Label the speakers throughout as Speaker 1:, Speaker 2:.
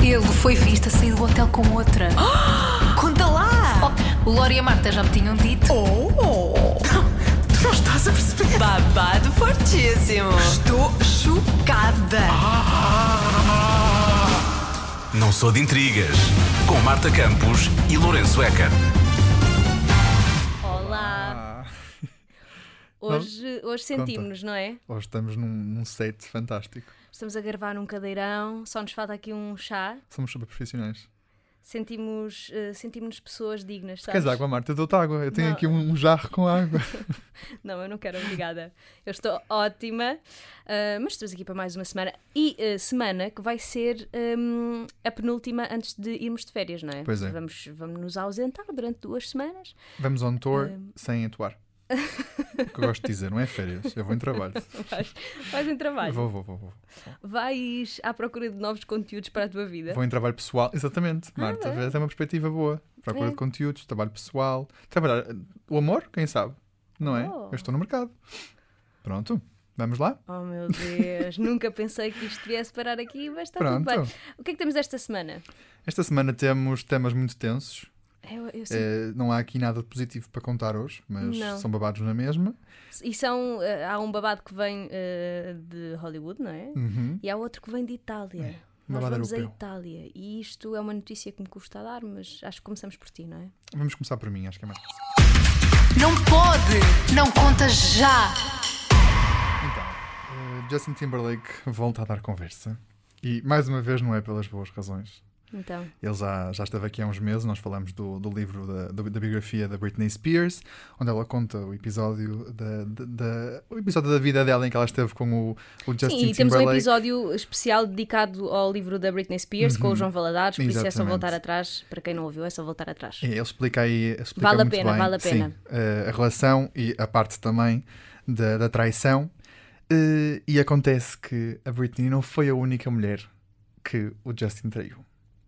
Speaker 1: Ele foi visto a sair do hotel com outra.
Speaker 2: Conta lá!
Speaker 1: Oh, o Lori e a Marta já me tinham dito.
Speaker 2: Oh!
Speaker 3: Tu não estás a perceber?
Speaker 2: Babado fortíssimo!
Speaker 3: Estou chocada.
Speaker 4: Não sou de intrigas. Com Marta Campos e Lourenço Eker.
Speaker 5: Olá!
Speaker 6: Ah.
Speaker 5: Hoje, hoje sentimos-nos, não é?
Speaker 6: Hoje estamos num, num set fantástico.
Speaker 5: Estamos a gravar num cadeirão, só nos falta aqui um chá.
Speaker 6: Somos super profissionais.
Speaker 5: Sentimos, eh, sentimos-nos pessoas dignas, sabes?
Speaker 6: Queres água, Marta? Eu dou-te água. Eu tenho
Speaker 5: Não.
Speaker 6: aqui um, um jarro com água.
Speaker 5: Não, eu não quero, obrigada. Eu estou ótima. Ah, mas estamos aqui para mais uma semana. E ah, semana que vai ser hum, a penúltima antes de irmos de férias, não é?
Speaker 6: Pois é.
Speaker 5: Vamos, vamos nos ausentar durante duas semanas.
Speaker 6: Vamos on tour
Speaker 5: Hum.
Speaker 6: sem atuar. O que eu gosto de dizer, não é férias. Eu vou em trabalho.
Speaker 5: Vais, vais em trabalho.
Speaker 6: Vou, vou, vou, vou.
Speaker 5: Vais à procura de novos conteúdos para a tua vida.
Speaker 6: Vou em trabalho pessoal. Exatamente,
Speaker 5: Ah,
Speaker 6: Marta. Vês, é uma perspectiva boa. Procura
Speaker 5: É.
Speaker 6: de conteúdos, trabalho pessoal. Trabalhar. eh, O amor, quem sabe? Não é?
Speaker 5: Oh.
Speaker 6: Eu estou no mercado. Pronto. Vamos lá?
Speaker 5: Oh meu Deus, nunca pensei que isto viesse parar aqui, mas está
Speaker 6: Pronto.
Speaker 5: tudo bem. O que é que temos esta semana?
Speaker 6: Esta semana temos temas muito tensos.
Speaker 5: Eu, eu sinto-
Speaker 6: Eh, não há aqui nada de positivo para contar hoje, mas
Speaker 5: Não.
Speaker 6: são babados na mesma.
Speaker 5: E são, eh, há um babado que vem eh, de Hollywood, não é?
Speaker 6: Uhum.
Speaker 5: E há outro que vem de Itália. Nós
Speaker 6: babado
Speaker 5: vamos à
Speaker 6: europeu.
Speaker 5: Itália. E isto é uma notícia que me custa a dar, mas acho que começamos por ti, não é?
Speaker 6: Vamos começar por mim, acho que é mais fácil.
Speaker 1: Não pode! Não conta já!
Speaker 6: Então, eh, Justin Timberlake volta a dar conversa. E mais uma vez não é pelas boas razões.
Speaker 5: Então,
Speaker 6: Ele já, já esteve aqui há uns meses, nós falamos do, do livro da, do- da biografia da Britney Spears, onde ela conta o episódio da, da- da- o episódio da vida dela em que ela esteve com o, o Justin
Speaker 5: sim, e
Speaker 6: Timberlake.
Speaker 5: temos um episódio especial dedicado ao livro da Britney Spears com o João Valadares, por isso é só
Speaker 6: Uhum. Exatamente.
Speaker 5: voltar atrás. Para quem não ouviu, é só voltar atrás.
Speaker 6: É, Ele explica aí. Explica
Speaker 5: Vale a
Speaker 6: muito
Speaker 5: pena,
Speaker 6: bem,
Speaker 5: vale a pena.
Speaker 6: sim, eh, a relação e a parte também da, da traição. Eh, e acontece que a Britney não foi a única mulher que o Justin traiu.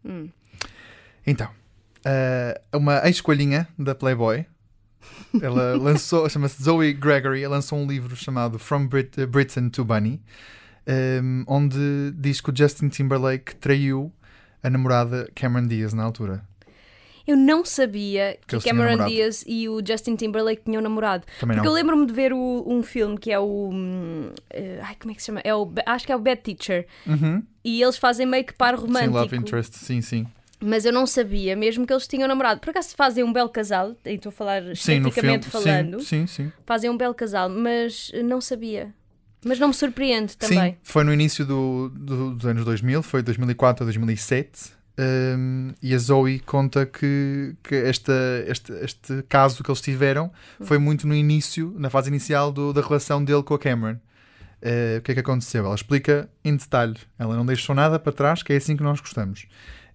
Speaker 5: Hum.
Speaker 6: Então, eh, uma ex-escolhinha da Playboy. Ela lançou, chama-se Zoe Gregory, ela lançou um livro chamado From Brit- Britain to Bunny, ehm, onde diz que o Justin Timberlake traiu a namorada Cameron Diaz na altura.
Speaker 5: Eu não sabia que
Speaker 6: eles tinham
Speaker 5: Cameron
Speaker 6: namorado.
Speaker 5: Diaz e o Justin Timberlake tinham namorado.
Speaker 6: Também
Speaker 5: Porque eu
Speaker 6: não.
Speaker 5: lembro-me de ver o- um filme que é o. hum, eh, ai, como é que se chama? É o, Ba- acho que é o Bad Teacher. E eles fazem meio que par
Speaker 6: Uhum. Sim,
Speaker 5: romântico.
Speaker 6: Love Interest, sim, sim.
Speaker 5: Mas eu não sabia mesmo que eles tinham namorado. Por acaso fazem um belo casal, e estou a falar
Speaker 6: Sim, no filme.
Speaker 5: esteticamente
Speaker 6: sim,
Speaker 5: falando.
Speaker 6: Sim, sim.
Speaker 5: Fazem um belo casal, mas eh, não sabia. Mas não me surpreende também.
Speaker 6: Sim, foi no início do- do- dos anos 2000, foi 2004 a 2007. hum, e a Zoe conta que, que esta, este, este caso que eles tiveram foi muito no início, na fase inicial do- da relação dele com a Cameron. Eh, o que é que aconteceu? Ela explica em detalhe. Ela não deixou nada para trás, que é assim que nós gostamos.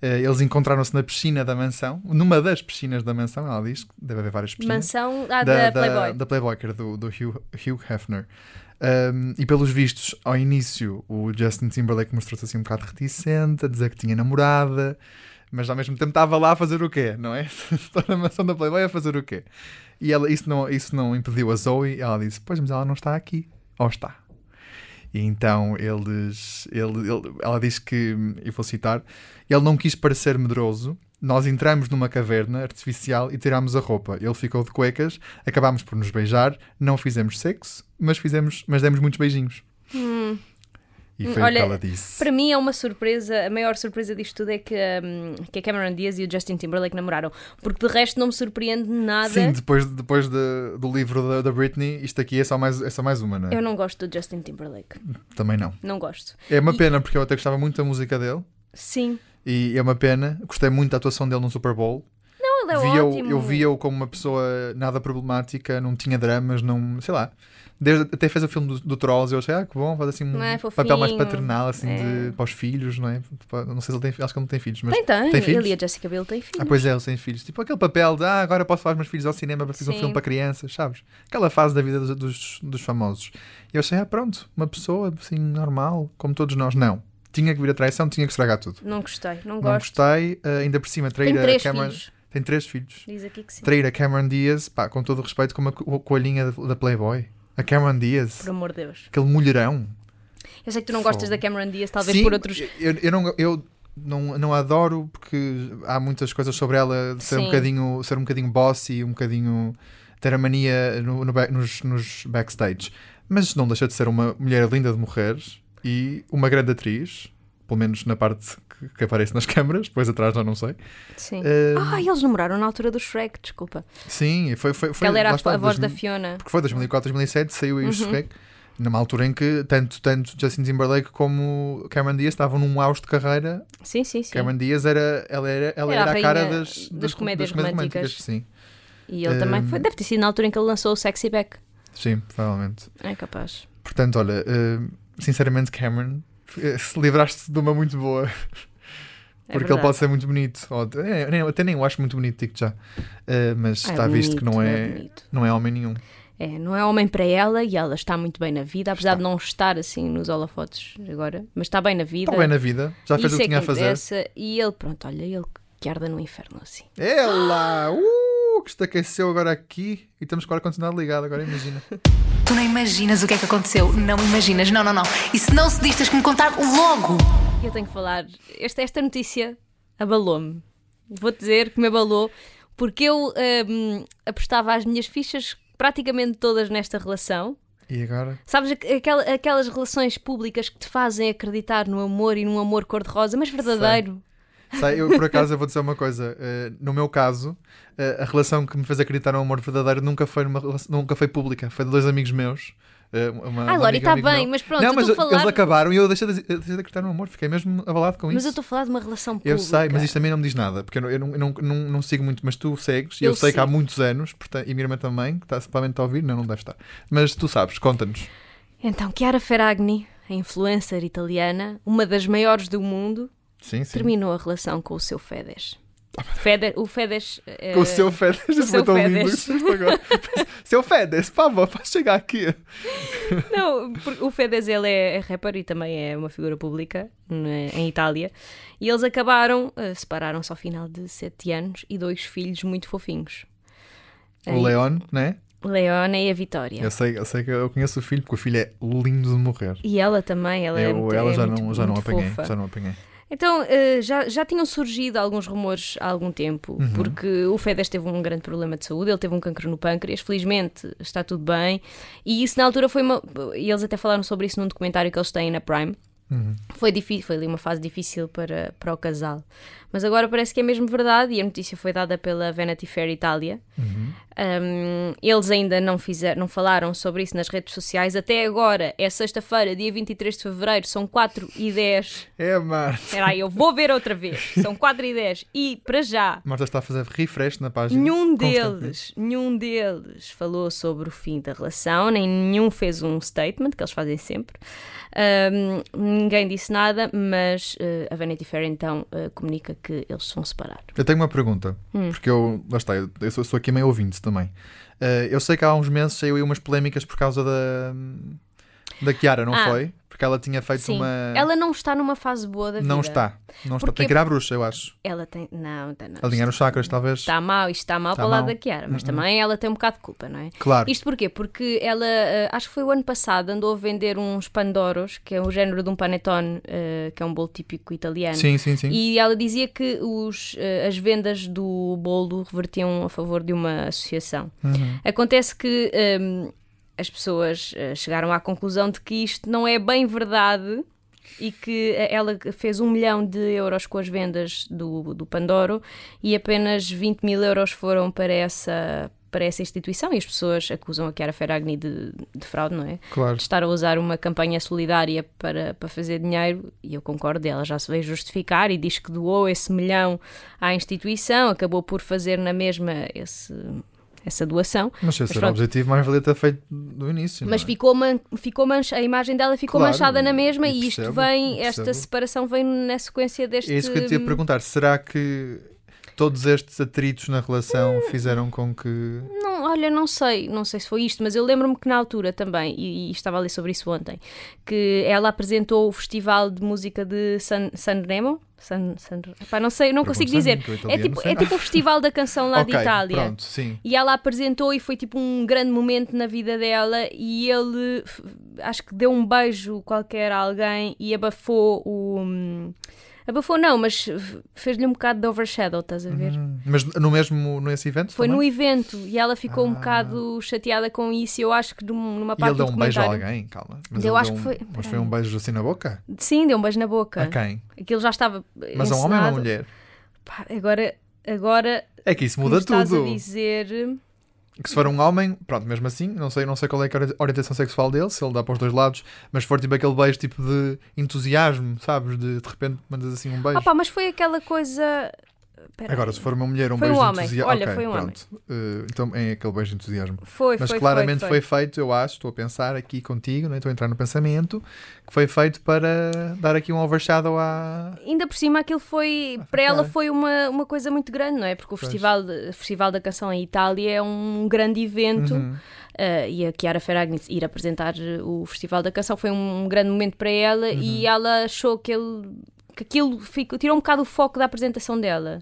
Speaker 6: Eh, eles encontraram-se na piscina da mansão, numa das piscinas da mansão, ela diz que deve haver várias piscinas
Speaker 5: Mansão ah, da, Playboy.
Speaker 6: da Playboy, que era do, do Hugh, Hugh Hefner. Um, e pelos vistos, ao início, o Justin Timberlake mostrou-se assim um bocado reticente, a dizer que tinha namorada, mas ao mesmo tempo estava lá a fazer o quê, não é? Estou na mansão da Playboy a fazer o quê? E ela, isso, não, isso não impediu a Zoe, ela disse: Pois, mas ela não está aqui. Ou está. E então eles, ele, ele- ela diz que, eu vou citar, ele não quis parecer medroso. Nós entramos numa caverna artificial e tirámos a roupa. Ele ficou de cuecas, acabámos por nos beijar, não fizemos sexo, mas fizemos, mas demos muitos beijinhos. E foi
Speaker 5: Hum. Olha,
Speaker 6: o que ela disse.
Speaker 5: Para mim é uma surpresa, a maior surpresa disto tudo é que, hum, que a Cameron Diaz e o Justin Timberlake namoraram. Porque de resto não me surpreende nada.
Speaker 6: Sim, depois, depois de- do livro da, da Britney, isto aqui é só mais, é só mais uma, né?
Speaker 5: Eu não gosto do Justin Timberlake.
Speaker 6: Também não.
Speaker 5: Não gosto.
Speaker 6: É uma
Speaker 5: E-
Speaker 6: pena, porque eu até gostava muito da música dele.
Speaker 5: Sim.
Speaker 6: E é uma pena, gostei muito da atuação dele no Super Bowl.
Speaker 5: Não, ele é
Speaker 6: via
Speaker 5: ótimo.
Speaker 6: eu via-o como uma pessoa nada problemática, não tinha dramas, não. sei lá. Desde- até fez o filme do, do Trolls, eu achei, ah, que bom, faz assim um
Speaker 5: Não é?
Speaker 6: papel mais
Speaker 5: Fofinho.
Speaker 6: paternal, assim,
Speaker 5: É.
Speaker 6: de, para os filhos, não é? Para- Não sei se ele tem filhos, acho que ele não tem filhos, mas.
Speaker 5: Tem, tem.
Speaker 6: Tem filhos?
Speaker 5: ele é e a Jessica Biel têm filhos.
Speaker 6: Ah, pois é, ele tem filhos. Tipo aquele papel de, ah, agora posso levar os meus filhos ao cinema para fazer um
Speaker 5: Sim.
Speaker 6: filme para crianças, sabes? Aquela fase da vida dos, dos, dos famosos. E eu achei, ah, pronto, uma pessoa, assim, normal, como todos nós. Não. Tinha que vir a traição, tinha que estragar tudo.
Speaker 5: Não gostei, não
Speaker 6: Não
Speaker 5: gosto.
Speaker 6: gostei, ah, ainda por cima, trair
Speaker 5: Tem
Speaker 6: a
Speaker 5: três
Speaker 6: Cameron.
Speaker 5: filhos.
Speaker 6: Tem três filhos
Speaker 5: Diz aqui que sim.
Speaker 6: trair a Cameron Diaz, pá, com todo o respeito, como a co- coelhinha da da Playboy. A Cameron Diaz,
Speaker 5: Por amor de Deus.
Speaker 6: aquele mulherão.
Speaker 5: Eu sei que tu não gostas da
Speaker 6: Fogo.
Speaker 5: Cameron Diaz, talvez
Speaker 6: Sim, eh,
Speaker 5: por outros.
Speaker 6: Eu, eu não, eu não, não a adoro porque há muitas coisas sobre ela de ser um
Speaker 5: Sim.
Speaker 6: bocadinho ser um bocadinho bossy, um bocadinho ter a mania no, no back- nos, nos backstage. Mas não deixa de ser uma mulher linda de morrer e uma grande atriz, pelo menos na parte que, que aparece nas câmaras, depois atrás já não sei.
Speaker 5: Sim.
Speaker 6: Eh,
Speaker 5: Ah, eles namoraram na altura do Shrek, desculpa.
Speaker 6: Sim, e foi, foi,
Speaker 5: Porque
Speaker 6: foi
Speaker 5: ela era
Speaker 6: lá
Speaker 5: a,
Speaker 6: está,
Speaker 5: a voz da Uhum.
Speaker 6: 2000
Speaker 5: Fiona.
Speaker 6: Porque foi 2004, 2007, saiu aí o Shrek, numa altura em que tanto, tanto Justin Timberlake como Cameron Diaz estavam num auge de carreira
Speaker 5: Sim, sim, sim.
Speaker 6: Cameron Diaz era, ela era, ela
Speaker 5: Era
Speaker 6: era,
Speaker 5: a
Speaker 6: a cara
Speaker 5: rainha
Speaker 6: das,
Speaker 5: das comédias românticas.
Speaker 6: Sim,
Speaker 5: E ele também
Speaker 6: Ehm.
Speaker 5: foi. Deve ter sido na altura em que ele lançou o Sexy Back.
Speaker 6: sim, provavelmente.
Speaker 5: É capaz.
Speaker 6: Portanto, olha, eh, sinceramente, Cameron, eh, se livraste de uma muito boa,
Speaker 5: É
Speaker 6: porque ele
Speaker 5: verdade.
Speaker 6: pode ser muito bonito. ou- eh, nem- até nem o acho muito bonito, digo já. Eh, mas
Speaker 5: Ah, é
Speaker 6: está visto que não
Speaker 5: bonito,
Speaker 6: é,
Speaker 5: bonito.
Speaker 6: não é homem nenhum.
Speaker 5: É, não é homem para ela e ela está muito bem na vida, apesar de não estar assim nos holofotes agora, mas está bem na vida.
Speaker 6: Está bem na vida, já fez
Speaker 5: Isso
Speaker 6: o que
Speaker 5: é
Speaker 6: tinha a fazer.
Speaker 5: interessa. E ele, pronto, olha, ele que arda no inferno assim.
Speaker 6: Ela! Uh, que isto aqueceu agora aqui e estamos com o ar-condicionado ligado, agora imagina.
Speaker 1: Tu não imaginas o que é que aconteceu. Não imaginas. Não, não, não. E se não se diz, tens que me contar logo.
Speaker 5: Eu tenho que falar, esta, esta notícia abalou-me. Vou dizer que me abalou, porque eu hum, apostava as minhas fichas praticamente todas nesta relação.
Speaker 6: E agora?
Speaker 5: Sabes, aqu- aquela- aquelas relações públicas que te fazem acreditar no amor e num amor cor-de-rosa, mas verdadeiro.
Speaker 6: Sai, eu, por acaso, eu vou dizer uma coisa. eh, no meu caso, eh, a relação que me fez acreditar no amor verdadeiro nunca foi, numa relação- nunca foi pública. Foi de dois amigos meus. eh, uma-
Speaker 5: Ai,
Speaker 6: um
Speaker 5: Lori,
Speaker 6: amigo e um
Speaker 5: tá
Speaker 6: amigo
Speaker 5: bem,
Speaker 6: meu.
Speaker 5: mas pronto, eu
Speaker 6: Não, mas
Speaker 5: estou a falar-
Speaker 6: eles acabaram e eu deixei de, eu deixei de acreditar no amor. Fiquei mesmo abalado com
Speaker 5: Mas eu
Speaker 6: isso.
Speaker 5: estou a falar de uma relação pública.
Speaker 6: Eu sei, mas isto também não me diz nada, porque eu não, eu não, eu não, não- não sigo muito, mas tu segues, e eu,
Speaker 5: Eu
Speaker 6: sei que há
Speaker 5: sigo.
Speaker 6: muitos anos, portanto, e minha irmã também, que está provavelmente a ouvir, não, não deve estar. Mas tu sabes, conta-nos. é-
Speaker 5: Então, Chiara Ferragni, a influencer italiana, uma das maiores do mundo,
Speaker 6: Sim, sim.
Speaker 5: terminou a relação com o seu Fedes. Fede- o Fedes. eh,
Speaker 6: Com o seu Fedes,
Speaker 5: o
Speaker 6: foi
Speaker 5: seu
Speaker 6: tão lindo
Speaker 5: Fedes.
Speaker 6: isto agora. seu Fedes, por favor, faz chegar
Speaker 5: É
Speaker 6: aqui.
Speaker 5: Não, porque o Fedes ele é, é rapper e também é uma figura pública né, em Itália. E eles acabaram, eh, separaram-se ao final de sete anos e dois filhos muito fofinhos.
Speaker 6: O Leon, né?
Speaker 5: Leona e a Vitória.
Speaker 6: Eu sei, eu sei que eu conheço o filho, porque o filho é lindo de morrer.
Speaker 5: É. E ela também, ela é
Speaker 6: eu,
Speaker 5: muito,
Speaker 6: ela
Speaker 5: é
Speaker 6: já,
Speaker 5: muito-
Speaker 6: não, já não
Speaker 5: muito
Speaker 6: apanhei,
Speaker 5: fofa.
Speaker 6: já não apanhei.
Speaker 5: Então, eh, já, já tinham surgido alguns rumores há algum tempo, porque o Fedes teve um grande problema de saúde, ele teve um cancro no pâncreas, felizmente está tudo bem, e isso na altura foi uma. E eles até falaram sobre isso num documentário que eles têm na Prime. Foi, difícil, foi ali uma fase difícil para, para o casal. Mas agora parece que é mesmo verdade, e a notícia foi dada pela Vanity Fair Itália. Um, eles ainda não, fizeram, não falaram sobre isso nas redes sociais. Até agora, é sexta-feira, dia 23 de fevereiro, são 4 e 10
Speaker 6: É, Marta.
Speaker 5: Espera aí, eu vou ver outra vez. São 4 e 10. E, para já,
Speaker 6: Marta está a fazer refresh na página.
Speaker 5: nenhum
Speaker 6: constantemente.
Speaker 5: deles, nenhum deles falou sobre o fim da relação, nem nenhum fez um statement, que eles fazem sempre. Ahm, ninguém disse nada, mas eh, a Vanity Fair então eh, comunica que eles se vão separar.
Speaker 6: Eu tenho uma pergunta,
Speaker 5: Hum.
Speaker 6: porque eu, lá está, eu, eu sou, sou aqui meio ouvinte também. Eh, eu sei que há uns meses saiu aí umas polémicas por causa da, da Kiara, não
Speaker 5: Ah.
Speaker 6: foi? Porque ela tinha feito
Speaker 5: Sim.
Speaker 6: uma.
Speaker 5: Ela não está numa fase boa da vida.
Speaker 6: Não está. Não está.
Speaker 5: Porque-
Speaker 6: Tem que ir à bruxa, eu acho.
Speaker 5: Ela tem. Não, não.
Speaker 6: Alinhar os chakras, talvez.
Speaker 5: Está mal, isto está mal
Speaker 6: Está
Speaker 5: para o lado
Speaker 6: mal. Uhum.
Speaker 5: da Kiara, mas também ela tem um bocado de culpa, não é?
Speaker 6: Claro.
Speaker 5: Isto porquê? Porque ela, eh, acho que foi o ano passado, andou a vender uns pandoros, que é o género de um panetone, eh, que é um bolo típico italiano.
Speaker 6: Sim, sim, sim.
Speaker 5: E ela dizia que os, eh, as vendas do bolo revertiam a favor de uma associação.
Speaker 6: Uhum.
Speaker 5: Acontece que ehm, as pessoas eh, chegaram à conclusão de que isto não é bem verdade e que eh, ela fez um milhão de euros com as vendas do, do Pandoro e apenas 20 mil euros foram para essa, para essa instituição e as pessoas acusam a Chiara Ferragni de, de fraude, não é?
Speaker 6: Claro.
Speaker 5: de estar a usar uma campanha solidária para, para fazer dinheiro, e eu concordo, ela já se veio justificar e diz que doou esse milhão à instituição, acabou por fazer na mesma esse, essa doação.
Speaker 6: Não sei se
Speaker 5: Mas
Speaker 6: era o
Speaker 5: pronto.
Speaker 6: objetivo, mais valia ter feito do início.
Speaker 5: Mas
Speaker 6: não é?
Speaker 5: ficou, man, ficou mancha, a imagem dela ficou
Speaker 6: Claro,
Speaker 5: manchada na mesma,
Speaker 6: eu
Speaker 5: e isto
Speaker 6: percebo,
Speaker 5: vem,
Speaker 6: eu
Speaker 5: esta
Speaker 6: percebo.
Speaker 5: separação vem na sequência deste.
Speaker 6: É isso que eu te ia perguntar. Será que todos estes atritos na
Speaker 5: Hum.
Speaker 6: relação fizeram com que.
Speaker 5: Não, olha, não sei, não sei se foi isto, mas eu lembro-me que na altura também, e, e estava a ler sobre isso ontem, que ela apresentou o Festival de Música de San, Sanremo. San, San, epá, não sei, não consigo
Speaker 6: Pergunta-me,
Speaker 5: dizer.
Speaker 6: que eu
Speaker 5: É
Speaker 6: italiano
Speaker 5: tipo,
Speaker 6: sei
Speaker 5: é
Speaker 6: nada.
Speaker 5: tipo o Festival da Canção lá
Speaker 6: ok,
Speaker 5: de Itália.
Speaker 6: pronto, sim.
Speaker 5: E ela apresentou e foi tipo um grande momento na vida dela e ele f- acho que deu um beijo qualquer a alguém e abafou o, hum, Abafou não, mas fez-lhe um bocado de overshadow, estás a
Speaker 6: Uhum.
Speaker 5: ver?
Speaker 6: Mas no mesmo, nesse evento?
Speaker 5: Foi no
Speaker 6: também? Ah.
Speaker 5: evento e ela ficou um bocado chateada com isso. e Eu acho que num- numa
Speaker 6: E
Speaker 5: parte
Speaker 6: ele deu
Speaker 5: do
Speaker 6: um beijo a
Speaker 5: documentário-
Speaker 6: alguém, calma. Mas
Speaker 5: Deu,
Speaker 6: ele
Speaker 5: acho que
Speaker 6: um-
Speaker 5: foi-
Speaker 6: Mas foi
Speaker 5: peraí.
Speaker 6: um beijo assim na boca?
Speaker 5: Sim, deu um beijo na boca.
Speaker 6: A quem?
Speaker 5: Aquilo já estava.
Speaker 6: Mas a um homem ou uma
Speaker 5: encenado.
Speaker 6: mulher?
Speaker 5: Pá, agora, agora
Speaker 6: É que isso
Speaker 5: que me
Speaker 6: muda
Speaker 5: estás
Speaker 6: tudo.
Speaker 5: a dizer.
Speaker 6: Que se for um homem, pronto, mesmo assim, não sei, não sei qual é que é a ori- orientação sexual dele, se ele dá para os dois lados, mas se for tipo aquele beijo tipo de entusiasmo, sabes? De, de repente mandas assim um beijo.
Speaker 5: Ah, pá, mas foi aquela coisa. Pera
Speaker 6: Agora,
Speaker 5: aí.
Speaker 6: se for uma mulher, um
Speaker 5: Foi um
Speaker 6: beijo de
Speaker 5: homem.
Speaker 6: entusiasmo.
Speaker 5: Olha, foi um homem.
Speaker 6: pronto. Eh, então é aquele beijo de entusiasmo.
Speaker 5: foi,
Speaker 6: Mas
Speaker 5: foi,
Speaker 6: claramente
Speaker 5: foi,
Speaker 6: foi, feito, eu acho, estou a pensar aqui contigo, né? estou a entrar no pensamento, que foi feito para dar aqui um overshadow à.
Speaker 5: Ainda por cima, aquilo foi. Para ela
Speaker 6: cara.
Speaker 5: foi uma, uma coisa muito grande, não é? Porque o festival, de- o festival da Canção em Itália é um grande evento ah, e a Chiara Ferragni ir apresentar o Festival da Canção foi um, grande momento para ela e ela achou que, ele, que aquilo ficou, tirou um bocado o foco da apresentação dela.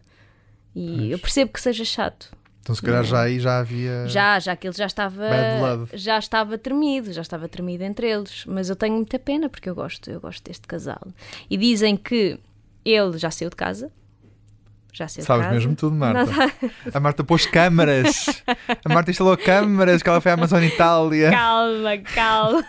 Speaker 5: E eu percebo que seja chato.
Speaker 6: Então, se calhar já aí já havia.
Speaker 5: Hum. Já, já que ele já estava
Speaker 6: Bad love.
Speaker 5: já estava tremido, já estava tremido entre eles, mas eu tenho muita pena porque eu gosto, eu gosto deste casal. E dizem que ele já saiu de casa. Já saiu
Speaker 6: Sabes
Speaker 5: de casa.
Speaker 6: mesmo tudo, né? Marta. A Marta pôs câmaras. A Marta instalou câmaras, que ela foi à Amazon Itália.
Speaker 5: Calma, calma.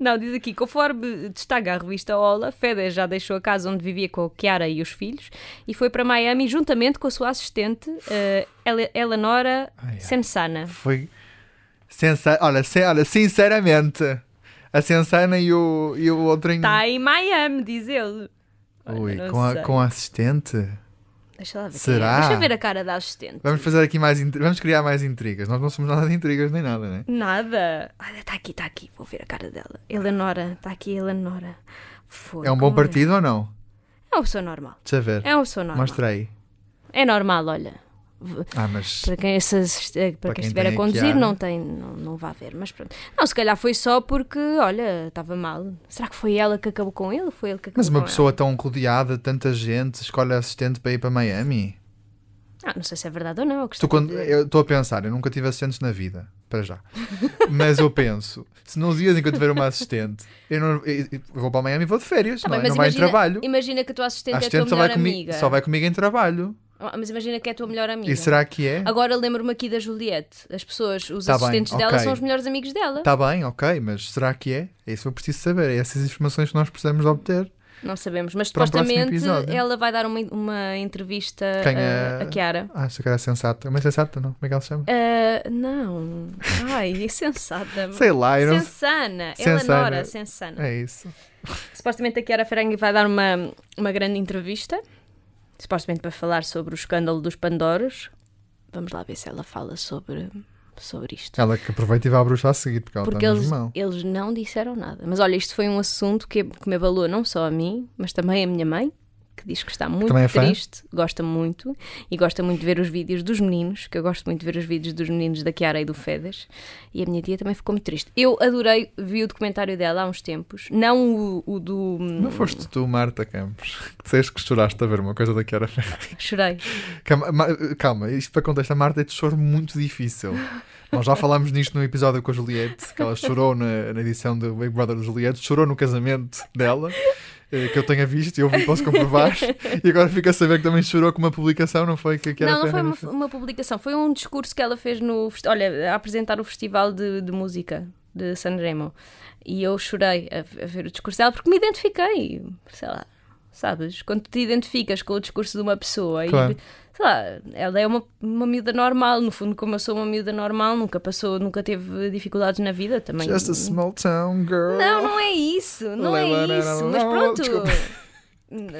Speaker 5: Não, diz aqui, conforme destaca a revista Ola, Feder já deixou a casa onde vivia com a Chiara e os filhos e foi para Miami juntamente com a sua assistente, eh, Ele- Eleonora
Speaker 6: Ai, Hum. ai.
Speaker 5: Sensana.
Speaker 6: Foi sensa... olha, se- olha, sinceramente, a Sensana e o, e o outro em...
Speaker 5: Está em Miami, diz ele. Tá, Olha,
Speaker 6: Ui,
Speaker 5: não
Speaker 6: com, a,
Speaker 5: sei.
Speaker 6: com a assistente.
Speaker 5: Deixa lá ver. é.
Speaker 6: Será?
Speaker 5: Deixa eu ver a cara da assistente.
Speaker 6: Vamos fazer aqui mais intri- vamos criar mais intrigas. Nós não somos nada de intrigas nem nada, né?
Speaker 5: Nada. Olha, está aqui, está aqui. Vou ver a cara dela. Eleonora, está aqui, Eleonora. Foi,
Speaker 6: É um bom
Speaker 5: como
Speaker 6: partido ou não?
Speaker 5: É uma pessoa normal.
Speaker 6: Deixa eu ver.
Speaker 5: É uma pessoa normal.
Speaker 6: Mostra aí.
Speaker 5: É normal, olha. V-
Speaker 6: Ah, mas
Speaker 5: Para quem, se assist- eh, para quem
Speaker 6: Para quem
Speaker 5: estiver a
Speaker 6: tem
Speaker 5: conduzir,
Speaker 6: Chiara.
Speaker 5: não, tem, não, não vá ver, mas pronto. Não, se calhar foi só porque, olha, estava mal. Será que foi ela que acabou com ele? Foi ele que acabou
Speaker 6: mas uma
Speaker 5: com
Speaker 6: pessoa tão rodeada, tanta gente, escolhe a assistente para ir para Miami.
Speaker 5: ela? Ah, não sei se é verdade ou não. eu gostava
Speaker 6: Estou quando-
Speaker 5: de-
Speaker 6: eu estou a pensar, eu nunca tive assistentes na vida, para já. Mas eu penso, se nos dias em que eu tiver uma assistente, eu, não, eu- eu vou para Miami e vou de férias,
Speaker 5: Tá
Speaker 6: não,
Speaker 5: bem,
Speaker 6: é?
Speaker 5: mas
Speaker 6: não vai em
Speaker 5: imagina-
Speaker 6: trabalho.
Speaker 5: Imagina que a tua assistente, é
Speaker 6: A
Speaker 5: a
Speaker 6: assistente
Speaker 5: tua
Speaker 6: só vai,
Speaker 5: melhor
Speaker 6: comi-
Speaker 5: amiga.
Speaker 6: só vai comigo em trabalho.
Speaker 5: Ah, Mas imagina que é a tua melhor amiga.
Speaker 6: E será que é?
Speaker 5: Agora lembro-me aqui da Juliette. As pessoas, os
Speaker 6: Tá bem,
Speaker 5: assistentes dela
Speaker 6: ok. Tá.
Speaker 5: são os melhores amigos dela.
Speaker 6: Está bem, ok, mas será que é? É isso que eu preciso saber, é essas informações que nós precisamos obter.
Speaker 5: Não sabemos, mas
Speaker 6: Para um próximo
Speaker 5: supostamente
Speaker 6: episódio.
Speaker 5: ela vai dar uma, uma entrevista
Speaker 6: Quem
Speaker 5: eh,
Speaker 6: é-
Speaker 5: a Chiara.
Speaker 6: Ah, essa cara é sensata. Mas sensata não, como é que ela se chama?
Speaker 5: Eh, não, ai, é sensata.
Speaker 6: Sei lá, eu não sei.
Speaker 5: Sensana,
Speaker 6: Sensana.
Speaker 5: Eleonora Sensana.
Speaker 6: É isso.
Speaker 5: Supostamente a Chiara Ferrangui vai dar uma, uma grande entrevista, supostamente para falar sobre o escândalo dos Pandoros. Vamos lá ver se ela fala sobre, sobre isto.
Speaker 6: Ela que aproveita e vai à bruxa a seguir, porque ela
Speaker 5: Porque
Speaker 6: está
Speaker 5: eles,
Speaker 6: mesmo mal.
Speaker 5: eles não disseram nada. Mas olha, isto foi um assunto que, que me abalou não só a mim, mas também a minha mãe, que diz que está muito
Speaker 6: também é fã?
Speaker 5: triste, gosta muito, e gosta muito de ver os vídeos dos meninos, que eu gosto muito de ver os vídeos dos meninos da Chiara e do Fedas. E a minha tia também ficou muito triste. Eu adorei, vi o documentário dela há uns tempos, não o, o do.
Speaker 6: Não foste tu, Marta Campos, que disseste que choraste a ver uma coisa da Chiara Ferreira.
Speaker 5: Chorei.
Speaker 6: Calma, ma- calma, isto para contexto, a Marta é de choro muito difícil. Nós já falámos nisto no episódio com a Juliette, que ela chorou na, na edição do Big Brother do Juliette, chorou no casamento dela, eh, que eu tenha visto e eu posso comprovar. E agora fica a saber que também chorou com uma publicação, não foi? Que a Chiara
Speaker 5: não, não foi
Speaker 6: Ferreira
Speaker 5: uma,
Speaker 6: fez?
Speaker 5: uma publicação, foi um discurso que ela fez no. fest- Olha, a apresentar o Festival de, de Música de Sanremo. E eu chorei a, a ver o discurso dela porque me identifiquei. Sei lá, sabes? Quando te identificas com o discurso de uma pessoa
Speaker 6: Claro.
Speaker 5: e. Sei lá, ela é uma, uma miúda normal, no fundo, como eu sou uma miúda normal, nunca passou, nunca teve dificuldades na vida também.
Speaker 6: Just a small town girl.
Speaker 5: Não, não é isso, não é
Speaker 6: Leva- não, não,
Speaker 5: isso,
Speaker 6: não,
Speaker 5: mas
Speaker 6: não,
Speaker 5: pronto.
Speaker 6: um
Speaker 5: Hum,
Speaker 6: desculpa.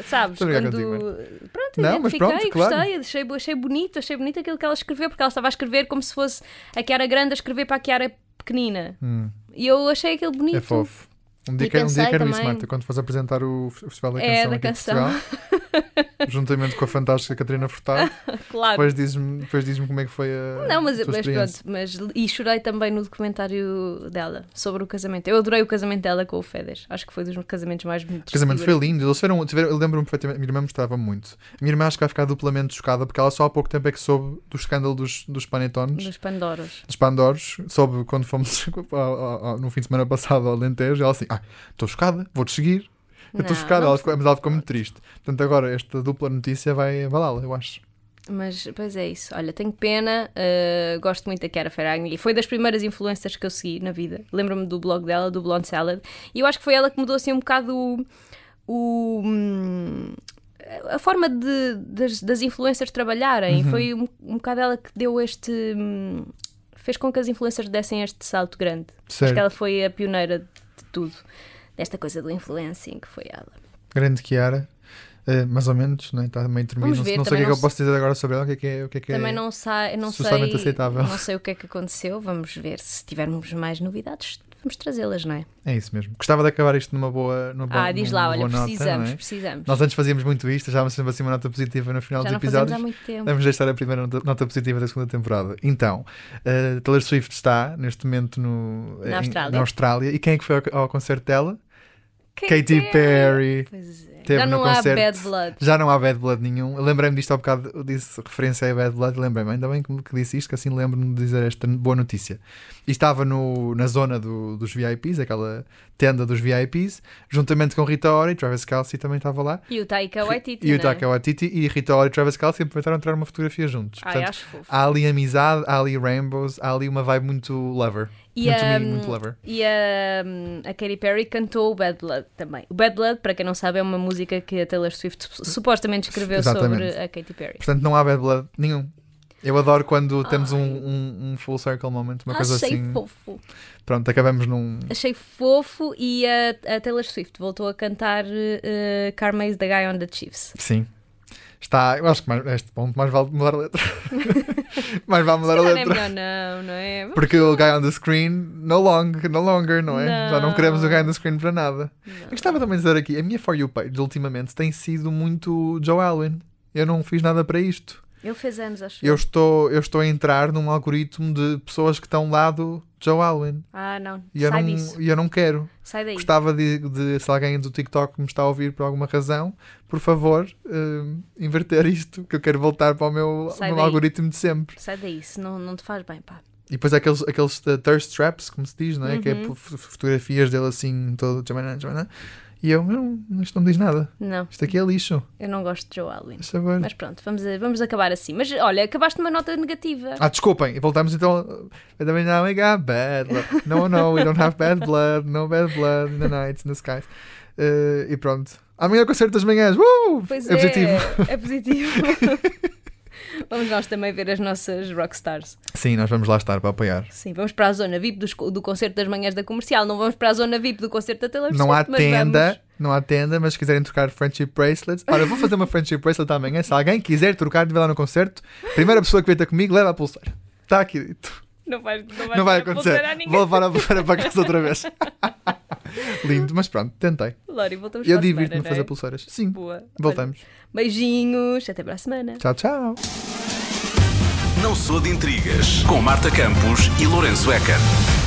Speaker 5: Sabes,
Speaker 6: Estou a brincar
Speaker 5: quando. Pronto,
Speaker 6: né? Não, mas
Speaker 5: identifiquei,
Speaker 6: pronto,
Speaker 5: gostei,
Speaker 6: claro.
Speaker 5: achei, bo- achei bonito, achei bonito aquilo que ela escreveu, porque ela estava a escrever como se fosse a Chiara grande a escrever para a Chiara pequenina. E eu achei aquilo bonito.
Speaker 6: Hum. É fofo. Um dia,
Speaker 5: E
Speaker 6: quero- um dia
Speaker 5: pensei
Speaker 6: quero isso,
Speaker 5: também-
Speaker 6: Marta, quando fores apresentar o f- o Festival da Canção
Speaker 5: É,
Speaker 6: aqui
Speaker 5: da
Speaker 6: em
Speaker 5: canção.
Speaker 6: Portugal, juntamente com a fantástica Catarina Furtado,
Speaker 5: Claro.
Speaker 6: depois diz-me depois diz-me como é que foi a
Speaker 5: Não, mas,
Speaker 6: a tua
Speaker 5: mas pronto,
Speaker 6: experiência.
Speaker 5: mas, e chorei também no documentário dela sobre o casamento. Eu adorei o casamento dela com o Feder. Acho que foi dos casamentos mais bonitos.
Speaker 6: O casamento
Speaker 5: que
Speaker 6: foi lindo, eles foram, tiveram, eu lembro-me perfeitamente, minha irmã mostrava muito. A minha irmã acho que vai ficar duplamente chocada porque ela só há pouco tempo é que soube do escândalo dos, dos panetones,
Speaker 5: Dos Pandoros.
Speaker 6: dos pandoros, soube quando fomos ao- ao- ao- no fim de semana passado ao Alentejo, e ela assim, ah, estou chocada, vou-te seguir. Eu estou
Speaker 5: Não,
Speaker 6: chocado,
Speaker 5: não
Speaker 6: ela ficou- mas ela ficou muito triste. Portanto, agora esta dupla notícia vai abalá-la, eu acho.
Speaker 5: Mas, pois é isso. Olha, tenho pena. uh, gosto muito da Chiara Ferragni. E foi das primeiras influencers que eu segui na vida. Lembro-me do blog dela, do Blonde Salad. E eu acho que foi ela que mudou assim um bocado o... o, hum, a forma de, das, das influencers trabalharem. Foi um, um bocado ela que deu este... hum, fez com que as influencers dessem este salto grande. Acho
Speaker 6: Certo.
Speaker 5: que ela foi a pioneira de tudo. Desta coisa do influencing que foi ela.
Speaker 6: Grande Kiara. eh, mais ou menos, né? está meio dormido.
Speaker 5: Vamos
Speaker 6: Não,
Speaker 5: ver,
Speaker 6: sei- não sei o que
Speaker 5: também
Speaker 6: é que
Speaker 5: não
Speaker 6: eu posso dizer agora sobre ela, o que é que é. O que é que é-
Speaker 5: Também não, sei, não, sei,
Speaker 6: socialmente aceitável.
Speaker 5: não sei o que é que aconteceu. Vamos ver se tivermos mais novidades, vamos trazê-las, não é?
Speaker 6: É isso mesmo. Gostava de acabar isto numa boa. Numa boa
Speaker 5: ah, diz
Speaker 6: numa
Speaker 5: lá, olha,
Speaker 6: boa nota,
Speaker 5: precisamos,
Speaker 6: não é?
Speaker 5: precisamos.
Speaker 6: Nós antes fazíamos muito isto, deixávamos sempre assim uma nota positiva no final
Speaker 5: Já
Speaker 6: dos
Speaker 5: não fazemos
Speaker 6: episódios.
Speaker 5: há muito tempo.
Speaker 6: Vamos deixar a primeira nota, nota positiva da segunda temporada. Então, eh, Taylor Swift está neste momento no,
Speaker 5: Na Austrália.
Speaker 6: Austrália. E quem é que foi ao, ao concerto dela?
Speaker 5: Katy
Speaker 6: Katy Perry.
Speaker 5: Pois é.
Speaker 6: Teve
Speaker 5: Já
Speaker 6: no
Speaker 5: não há
Speaker 6: concerto.
Speaker 5: bad blood.
Speaker 6: Já não há bad blood nenhum. Eu Lembrei-me disto há bocado, eu disse referência a bad blood, lembrei-me. Ainda bem que que disse isto, que assim lembro-me de dizer esta boa notícia. E estava no, na zona do- dos VIPs, aquela tenda dos VIPs, juntamente com Rita Ora e Travis Kelsey também estava lá.
Speaker 5: E o Taika Waititi,
Speaker 6: E o
Speaker 5: não é?
Speaker 6: Taka Waititi e Rita Ora e Travis Kelsey aproveitaram a tirar uma fotografia juntos.
Speaker 5: Ai,
Speaker 6: Portanto,
Speaker 5: acho fofo.
Speaker 6: há ali amizade, há ali rainbows, há ali uma vibe muito lover.
Speaker 5: E,
Speaker 6: muito,
Speaker 5: hum,
Speaker 6: muito lover.
Speaker 5: E a, a Katy Perry cantou o Bad Blood também. O Bad Blood, para quem não sabe, é uma música que a Taylor Swift sup- supostamente escreveu
Speaker 6: Exatamente.
Speaker 5: sobre a Katy Perry.
Speaker 6: Portanto, não há bad blood nenhum. Eu adoro quando temos um, um- um full circle moment, uma coisa
Speaker 5: Ah, Achei
Speaker 6: assim.
Speaker 5: fofo.
Speaker 6: Pronto, acabamos num.
Speaker 5: Achei fofo e a, a Taylor Swift voltou a cantar uh, Carmaze the Guy on the Chiefs.
Speaker 6: Sim. Está, eu acho que mais, neste ponto mais vale mudar a letra. mais vale mudar a
Speaker 5: Não é
Speaker 6: letra.
Speaker 5: melhor não, não é?
Speaker 6: Porque o guy on the screen, no long, no longer, não é? Já não
Speaker 5: Não.
Speaker 6: queremos o guy on the screen para nada. Eu gostava também de dizer aqui, a minha For You page ultimamente tem sido muito Joe Allen. Eu não fiz nada para isto.
Speaker 5: Ele fez anos, acho.
Speaker 6: Eu estou, eu estou a entrar num algoritmo de pessoas que estão lá do Joe Allen.
Speaker 5: Ah, não.
Speaker 6: E eu,
Speaker 5: Sai
Speaker 6: não,
Speaker 5: disso.
Speaker 6: e eu não quero.
Speaker 5: Sai daí.
Speaker 6: Gostava de, de, se alguém do TikTok me está a ouvir por alguma razão, por favor, hum, inverter isto, que eu quero voltar para o meu,
Speaker 5: Sai
Speaker 6: meu
Speaker 5: daí.
Speaker 6: algoritmo de sempre.
Speaker 5: Sai daí, senão não te faz bem, pá.
Speaker 6: E depois há aqueles, aqueles de thirst traps, como se diz, não é? Que
Speaker 5: Uhum.
Speaker 6: é fo- fo- fotografias dele assim, todo. tchamana, tchamana. E eu, não, isto não me diz nada.
Speaker 5: Não,
Speaker 6: Isto aqui é lixo.
Speaker 5: eu não gosto de Joe Alwyn.
Speaker 6: Deixa eu ver.
Speaker 5: Mas pronto, vamos, vamos acabar assim. Mas olha, acabaste numa nota negativa.
Speaker 6: Ah, desculpem, e voltamos então. But we now we got bad blood. No, no, we don't have bad blood. No bad blood in the nights, in the skies. Eh, e pronto. Amanhã é o concerto das manhãs. Uh!
Speaker 5: Pois
Speaker 6: é positivo.
Speaker 5: É positivo. vamos nós também ver as nossas rockstars.
Speaker 6: Sim, nós vamos lá estar para apoiar.
Speaker 5: Sim, vamos para a zona VIP dos co- do, concerto das manhãs da comercial. Não vamos para a zona VIP do concerto da Taylor
Speaker 6: Não
Speaker 5: Swift,
Speaker 6: há
Speaker 5: mas
Speaker 6: tenda,
Speaker 5: vamos-
Speaker 6: não há tenda, mas se quiserem trocar friendship bracelets. Ora, eu vou fazer uma friendship bracelet amanhã. Se alguém quiser trocar, vai lá no concerto. Primeira pessoa que vier ter comigo, leva a pulseira. Está aqui dito.
Speaker 5: Não vai, não vai,
Speaker 6: Não vai
Speaker 5: acontecer.
Speaker 6: acontecer. Vou levar a pulseira para casa outra vez. Lindo, mas pronto, tentei.
Speaker 5: Lori, voltamos
Speaker 6: Eu
Speaker 5: para a
Speaker 6: divirto-me a
Speaker 5: semana, não
Speaker 6: fazer
Speaker 5: é?
Speaker 6: pulseiras. Sim.
Speaker 5: Boa.
Speaker 6: Voltamos.
Speaker 5: Olha, Beijinhos, até para a semana.
Speaker 6: Tchau, tchau.
Speaker 4: Não sou de intrigas com Marta Campos e Lourenço Eker.